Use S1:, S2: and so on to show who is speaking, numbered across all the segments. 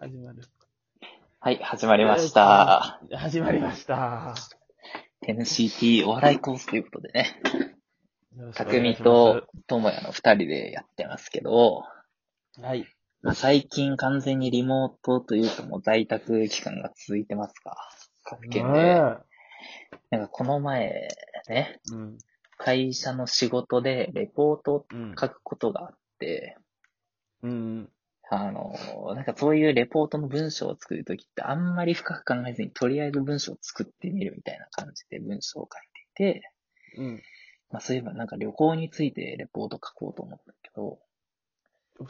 S1: 始まる。
S2: はい、始まりました。
S1: 始まりました。
S2: NCT お笑いコースということでね、
S1: よろしくお願い
S2: 匠
S1: しま
S2: と智也の二人でやってますけど、
S1: す。はい。
S2: まあ、最近完全にリモートというかもう在宅期間が続いてますか。各県で。
S1: ね
S2: なんかこの前ね、
S1: えうん。
S2: 会社の仕事でレポートを
S1: うん。
S2: 書くことがあって、
S1: うん。
S2: あの、なんかそういうレポートの文章を作るときってあんまり深く考えずにとりあえず文章を作ってみるみたいな感じで文章を書いていて、
S1: うん。
S2: まあそういえばなんか旅行についてレポート書こうと思ったけど、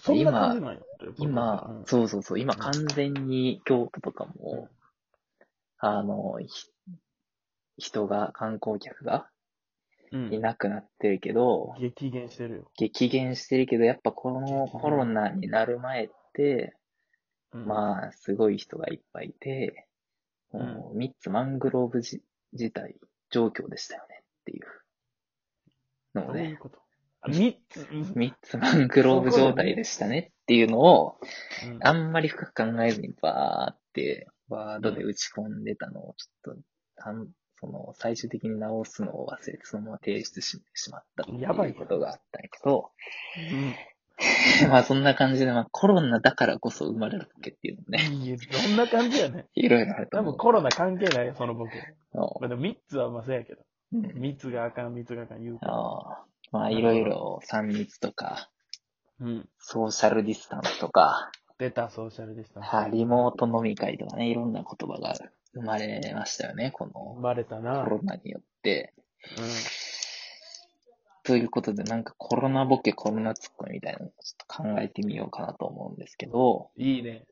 S1: そんな感じなんよ。
S2: 今、
S1: うん
S2: そうそうそう、今
S1: うん
S2: 完全に京都とかも、あの、ひ人が、観光客が
S1: う
S2: い
S1: ん。
S2: なくなってるけど、
S1: 激減してるよ。
S2: 激減してるけど、やっぱこのコロナになる前って、
S1: うん
S2: まあ、すごい人がいっぱいいて、
S1: うん
S2: もう、ミッツマングローブじ自体、状況でしたよねっていうの
S1: ど
S2: を
S1: う
S2: ね
S1: いう、ことあ三つ。うん
S2: ミッツマングローブ状態でしたねっていうのを、
S1: うん
S2: あんまり深く考えずにバーってワードで打ち込んでたのをちょっと、あんその最終的に直すのを忘れてそのまま提出ししまったってい
S1: やばいうやん
S2: ことがあったんやけど、
S1: うん。
S2: まあそんな感じで、まあコロナだからこそ生まれるボケっていうのもね、
S1: いいえどんな感じやね。
S2: いろいろあると
S1: 多
S2: 思う
S1: 分。コロナ関係ないよ、その僕。
S2: そ
S1: まあでも三つはまあそうやけど。
S2: ううん
S1: 三つがあかん、三つがあかん言うから。
S2: あーまあいろいろ3密とか、
S1: うん。
S2: ソーシャルディスタンスとか、
S1: 出た、ソーシャルディスタンス。
S2: はい、リモート飲み会とかね、いろんな言葉が生まれましたよね、この
S1: バレたな。う
S2: コ
S1: ん
S2: ロナによって。ということで、なんかコロナボケ、コロナツッコミみたいなのをちょっと考えてみようかなと思うんですけど、
S1: いいね。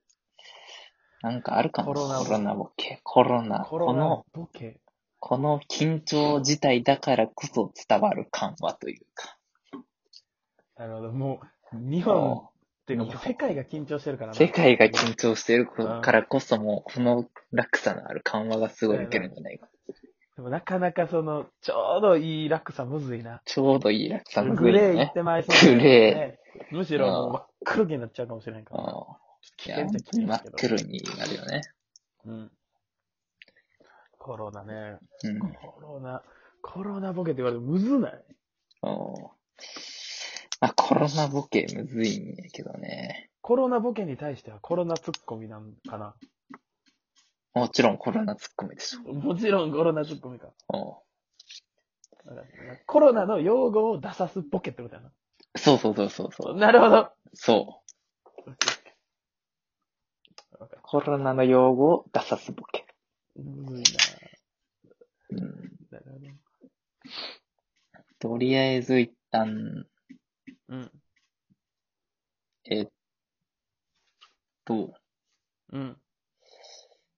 S2: なんかあるかな
S1: コ
S2: コ
S1: ロナ
S2: ロ
S1: ボケ
S2: ナボケ、コロナ。
S1: コロ
S2: こ
S1: ナ
S2: の、
S1: ボケ。
S2: この緊張自体だからこそ伝わる感話というか。
S1: なるほど。もう、日本
S2: も
S1: っていうかも
S2: 日
S1: う
S2: 本
S1: 世界が緊張してるから
S2: う
S1: な。
S2: 世界が
S1: 張。
S2: 緊張してる
S1: うん
S2: からこそもう、この落差のある緩和がすごい受けるんじゃないか。
S1: でもなかなかその、ちょうどいい落差むずいな。
S2: ちょうどいい落差の
S1: グレー行っ
S2: ね。
S1: てまいそうだよね
S2: グレ
S1: むしろもう真っ黒になっちゃうかもしれないか
S2: うん
S1: ら。
S2: い
S1: 危
S2: や
S1: 険じゃ危険
S2: 真
S1: だ
S2: っ
S1: けど。
S2: 黒になるよね。
S1: うん。コロナね。
S2: うん。
S1: コロナ、コロナボケって言われてむずない
S2: おまあ、コロナボケむずいんやけどね。
S1: コロナボケに対してはコロナツッコミなんかな。
S2: もちろんコロナツッコミでしょ。
S1: もちろんコロナツッコミか。
S2: お
S1: だからコロナの用語を出さすボケってことやな。
S2: そうそうそうそうそう。
S1: なるほど。
S2: そう。コロナの用語を出さすボケ。
S1: むずい
S2: うん。
S1: な。なる
S2: とりあえず一旦、
S1: ほど。うん。
S2: えっと、
S1: うん。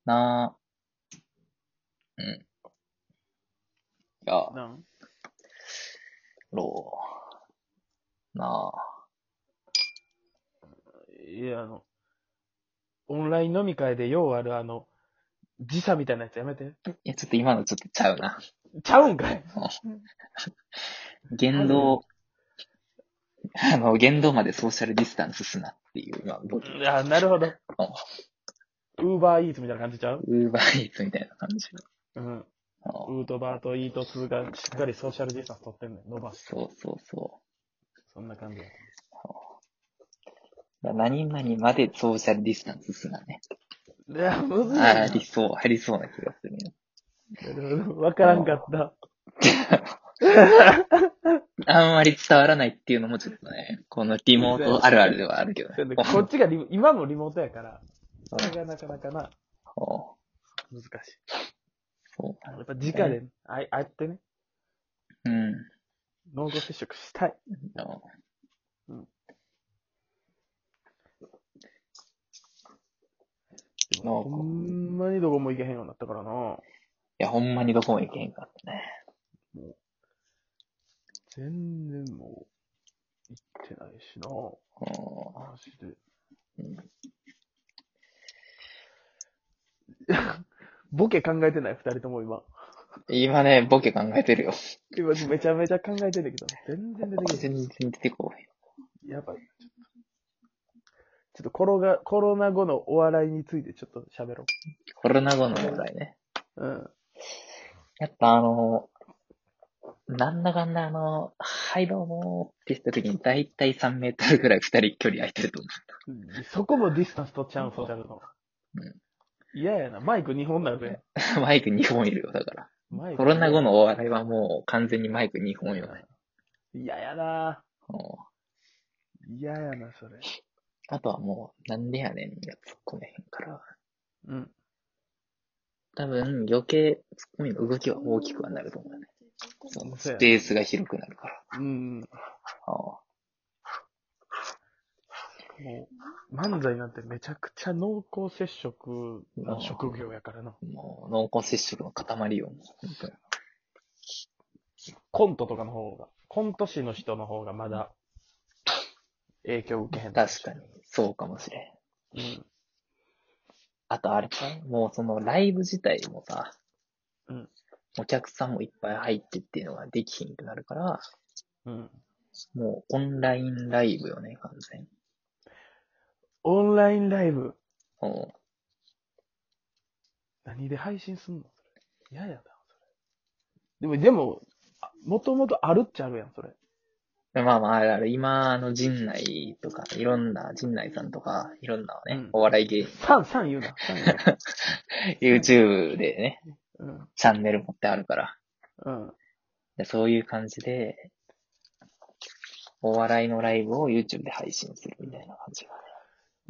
S2: な、うん。いや、
S1: なん
S2: ろう、な、
S1: いや、あの、オンライン飲み会でようあるあの、時差みたいなやつやめて。
S2: いや、ちょっと今のちょっとちゃうな。
S1: ちゃうんかい
S2: 言動、あの、言動までソーシャルディスタンスすなっていう、まあ、僕
S1: あ、なるほど。ウーバーイーツみたいな感じちゃう
S2: ウーバーイーツみたいな感じ。
S1: うん。
S2: あの
S1: ウーとバーとイート2がしっかりソーシャルディスタンス取ってんねん。伸ばす。
S2: そうそうそ
S1: そんな感じや。
S2: う。何々までソーシャルディスタンスすなね。
S1: いや、むずい
S2: あ
S1: な
S2: ありそう、ありそうな気がするね。
S1: わからんかった。
S2: あんまり伝わらないっていうのもちょっとね、このリモートあるあるではあるけどね。
S1: こっちがリモ今もリモートやから、それがなかなかな、
S2: そ
S1: 難しい。
S2: う。
S1: やっぱ直で、あああやってね、
S2: うん。
S1: 濃厚接触したい。
S2: あの濃厚
S1: ほんまにどこも行けへんようになったからな。
S2: いや、ほんまにどこも行けんかったね。
S1: 全然もう、行ってないしな。
S2: うん
S1: マジで
S2: うん。
S1: ボケ考えてない、二人とも今。
S2: 今ね、ボケ考えてるよ。
S1: 今めちゃめちゃ考えてんだけど、全然出てきて
S2: 全然出てこない。
S1: やばい。ちょっととコロナ、コロナ後のお笑いについてちょっと喋ろ
S2: コロナ後の問題ね。
S1: う。うん。
S2: やっぱあの、なんだかんだあの、はいどうもって言った時に大体3メートルぐらい2人距離空いてると思
S1: そこもディスタンス取っちゃうん、ホタルの
S2: うん。
S1: 嫌やな。マイク2本なるぜ。
S2: う。 マイク2本いるよ、だから。
S1: マイク
S2: コロナ後のお笑いはもう完全にマイク2本よ。
S1: 嫌やな。
S2: も
S1: 嫌やな、それ。
S2: うあとはもう、なんでやねんが突っ込めへんから。
S1: うん。
S2: 多分余計突っ込みの動きは大きくはなると思うね。その
S1: そうや
S2: スペースが広くなるから。
S1: うん。
S2: ああ
S1: もう、漫才なんてめちゃくちゃ濃厚接触の職業やからな。
S2: もう濃厚接触の塊よ、もう本当に。
S1: コントとかの方が、コント師の人の方がまだ影響受けへん。
S2: 確かに、そうかもしれん。
S1: に。
S2: あとあれか、もうそのライブ自体もさ、
S1: うん
S2: お客さんもいっぱい入ってっていうのができひんくなるから、
S1: うん。うん。
S2: もうオンラインライブよね、完全に。
S1: オンラインライブ、
S2: うん
S1: 何で配信すんのそれ嫌やな、それ。でも、でも、あもともとあるっちゃあるやん、それ。
S2: まあまあ、あれあれ、今、あの、陣内とか、いろんな、陣内さんとか、いろんなね、
S1: うん
S2: お笑い芸人、
S1: 3、3言うな、3言う
S2: YouTube でね、
S1: な。
S2: チャンネル持ってあるから、
S1: うん。うん。
S2: でそういう感じで、お笑いのライブを YouTube で配信するみたいな感じがね。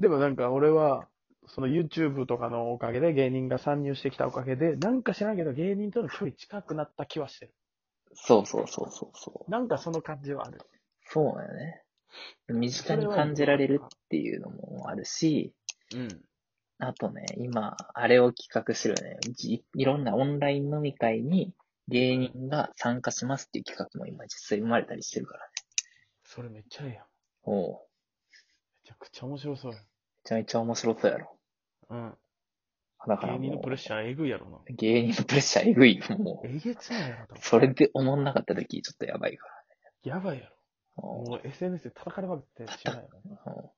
S1: でもなんか俺は、その YouTube とかのおかげで芸人が参入してきたおかげで、なんか知らんけど芸人との距離近くなった気はしてる。
S2: そうそうそうそうそう。
S1: なんかその感じはある。
S2: そうだよね。身近に感じられるっていうのもあるし、
S1: うん。
S2: あとね、今、あれを企画してるよね。じいろんなオンライン飲み会に芸人が参加しますっていう企画も今実際生まれたりしてるからね。
S1: それめっちゃええやん。め
S2: おうめ
S1: ちゃくちゃ面白そうやん。
S2: ちゃめちゃ面白そうやろ。
S1: うん。
S2: だから
S1: 芸人の
S2: も
S1: プレッシャーえぐいやろな。
S2: う、芸人のプレッシャーえぐいよ、もう。
S1: えげつないやろ、多分
S2: それで思んなかった時ちょっとやばいから。
S1: やばいやろ。
S2: おう
S1: もう SNS で叩かれまくってしまうやろ。
S2: おう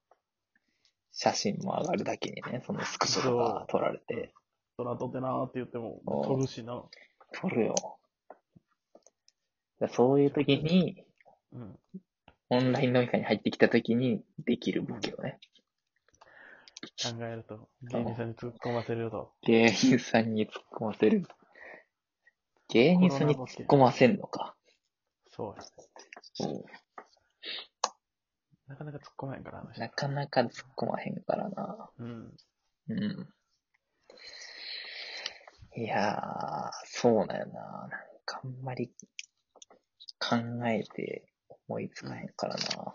S2: 写真も上がるだけにね、そのスクショとか撮られて、
S1: ドラ撮ってなーって言っても、
S2: うん
S1: 撮るしな。
S2: 撮るよ。だからそういう時に、
S1: うん。
S2: オンライン飲み会に入ってきた時にできるボケをね、
S1: 考えると、芸人さんに突っ込ませるよと。
S2: 芸人さんに突っ込ませる。芸人さんに突っ込ませんのか。
S1: そうや。
S2: うん
S1: なかなか突っ込まへんから、あの人
S2: なかなか突っ込まへんからな。
S1: うん。
S2: うん。いやー、そうだよな。なんかあんまり考えて思いつかへんからな。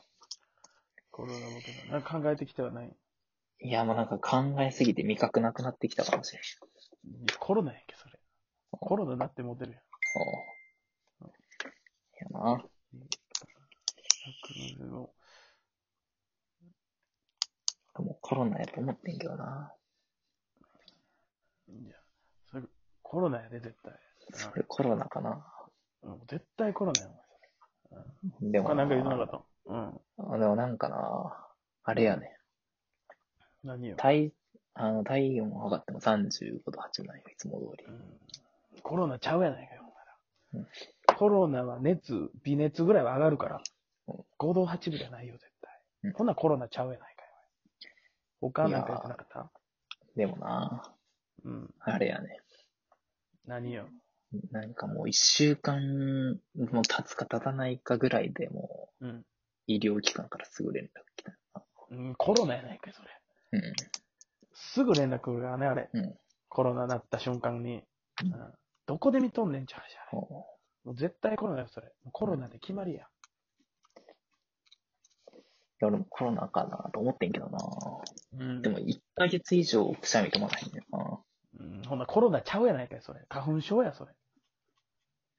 S1: コロナボケな。なんか考えてきてはない。
S2: いや、もうなんか考えすぎて味覚なくなってきたかもしれん。
S1: いやコロナやんけ、それ。コロナなってモテるやん。
S2: うんいやな。
S1: 100の
S2: もうコロナやと思ってんけどな。
S1: いや、それ、コロナやで、絶対。
S2: それコロナかな。
S1: うん、絶対コロナやん。
S2: でも
S1: 他なんか言ってなか
S2: な
S1: っ。たのうん。
S2: あでもなんかな、あれやね、
S1: 何よ。
S2: 体、あの、体温を測っても35度8分なんよ、いつも通り
S1: う。んコロナちゃうやないかよ、お前ら
S2: う
S1: コロナは熱、微熱ぐらいは上がるから
S2: うん。
S1: 5度8分じゃないよ、絶
S2: う
S1: 対
S2: ん。
S1: こんなんコロナちゃうやないかよ。お母なんか言ってなかった
S2: でもな、
S1: うん。
S2: あれやね、
S1: 何よ。
S2: なんかもう一週間、もう経つか経たないかぐらいでも
S1: うん。
S2: う、医療機関からすぐ連絡来たよ
S1: うん、コロナやないかよ、それ。
S2: な。
S1: すぐ連絡来るからね、あれ。
S2: うん
S1: コロナなった瞬間に。う
S2: うん
S1: ん。どこで見とんねんちゃうじゃ。
S2: うんも
S1: もう絶対コロナよ、それ。もうコロナで決まりや。
S2: う。いや、俺もコロナかなと思ってんけどな。
S1: うん
S2: でも1ヶ月以上くしゃみ止まらへんねんな。
S1: うん、ほんなコロナちゃうやないかい、それ。花粉症や、それ。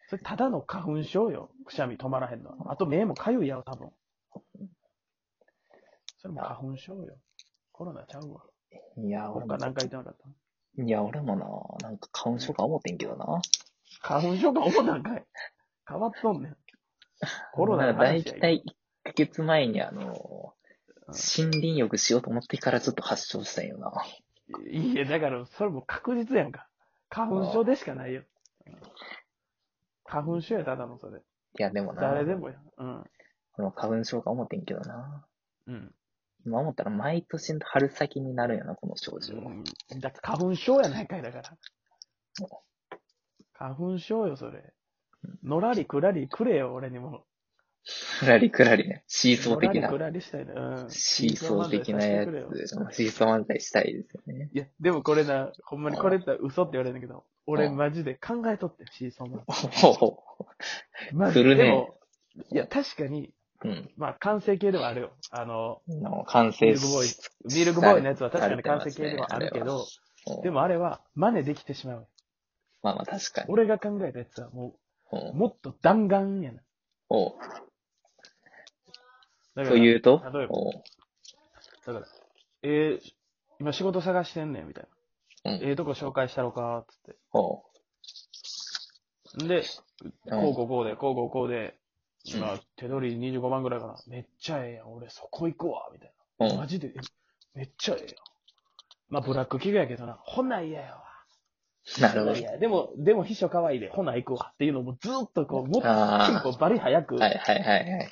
S1: それ、ただの花粉症よ。くしゃみ止まらへんのは。あと、目もかゆいやろ、多分。それも花粉症よ。コロナちゃうわ。
S2: いや、俺も
S1: 他、なんか言ってなかった
S2: いや、俺もな、なんか花粉症か思ってんけどな。
S1: 花粉症が思なんかい。変わっとんねん。コロナ
S2: だ
S1: の
S2: だい
S1: 話や
S2: たい1ヶ月前にあの、森林浴しようと思ってからちょっと発症したんよな。
S1: いいや、だから、それもう確実やんか。花粉症でしかないよ。花粉症や、ただのそれ。
S2: いや、でもな、
S1: 誰でもや。うん。
S2: この花粉症か思ってんけどな。
S1: うん。
S2: 今思ったら毎年春先になるんやな、この症状。
S1: だって花粉症やないかい、だから。花粉症よ、それ。のらりくらりくれよ、俺にも。
S2: ふらりくらりね。シーソー的な
S1: の。らりくらりしたいね。うん。
S2: シーソー的なやつ。シーソー漫才したいですよね。
S1: いや、でもこれな、ほんまにこれって嘘って言われるんだけど、俺
S2: うん
S1: マジで考えとって、シーソーも。
S2: お
S1: マジ
S2: するね
S1: でも、いや、確かに、
S2: お。うん。
S1: まあ、完成形ではあるよ。あの、
S2: の完
S1: ミ
S2: 成
S1: ルクボーイ
S2: し、
S1: ミルクボーイのやつは確かに完成形ではあるけど、で
S2: も、
S1: もあれは真似できてしまう。
S2: まあまあ確かに。
S1: 俺が考えたやつはも
S2: お
S1: う、もっと弾丸やな。
S2: お
S1: だ
S2: というと
S1: 例えば、
S2: お
S1: だから、えー、今仕事探してんねん、みたいな。
S2: うん
S1: ええとこ紹介したろか、つっ
S2: お
S1: て。んで、
S2: うん
S1: こうこうこうで、こうこうこうで、今、手取り25万ぐらいかな。めっちゃええやん、俺そこ行くわ、みたい
S2: お
S1: な。マジで、えめっちゃええやん。まあ、ブラック企業やけどな、ほな嫌やわ。
S2: なるほど
S1: い。やでも、でも秘書可愛いで、ほな行くわっていうのもずーっとこう、もっと結
S2: あ
S1: 構バリ早く、
S2: あ。はいはいはいはい。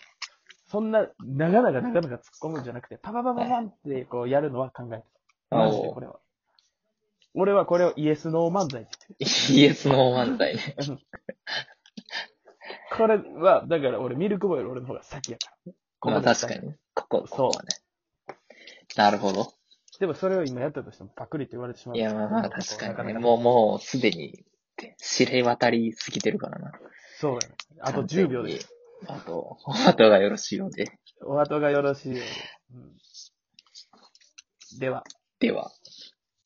S1: そんな、長々長々突っ込むんじゃなくて、パパパパパンってこうやるのは考えてた。マジでこれは。俺はこれをイエスノー漫才って
S2: イエスノー漫才 ね。
S1: 言ってる。これは、だから俺、ミルクボーイより俺の方が先やから。
S2: まあ
S1: で
S2: 確かに。ここ、ここはね。なるほど。
S1: でもそれを今やったとしてもパクリって言われてしまう。
S2: いやまあまあ
S1: こう
S2: 確
S1: な
S2: かに
S1: な
S2: ね。もう、もうすでに、知れ渡りすぎてるからな。
S1: そうやね。あと10秒で。
S2: あと、 あとがよろしいようで。
S1: お後がよろしいようで。うんでは。
S2: では。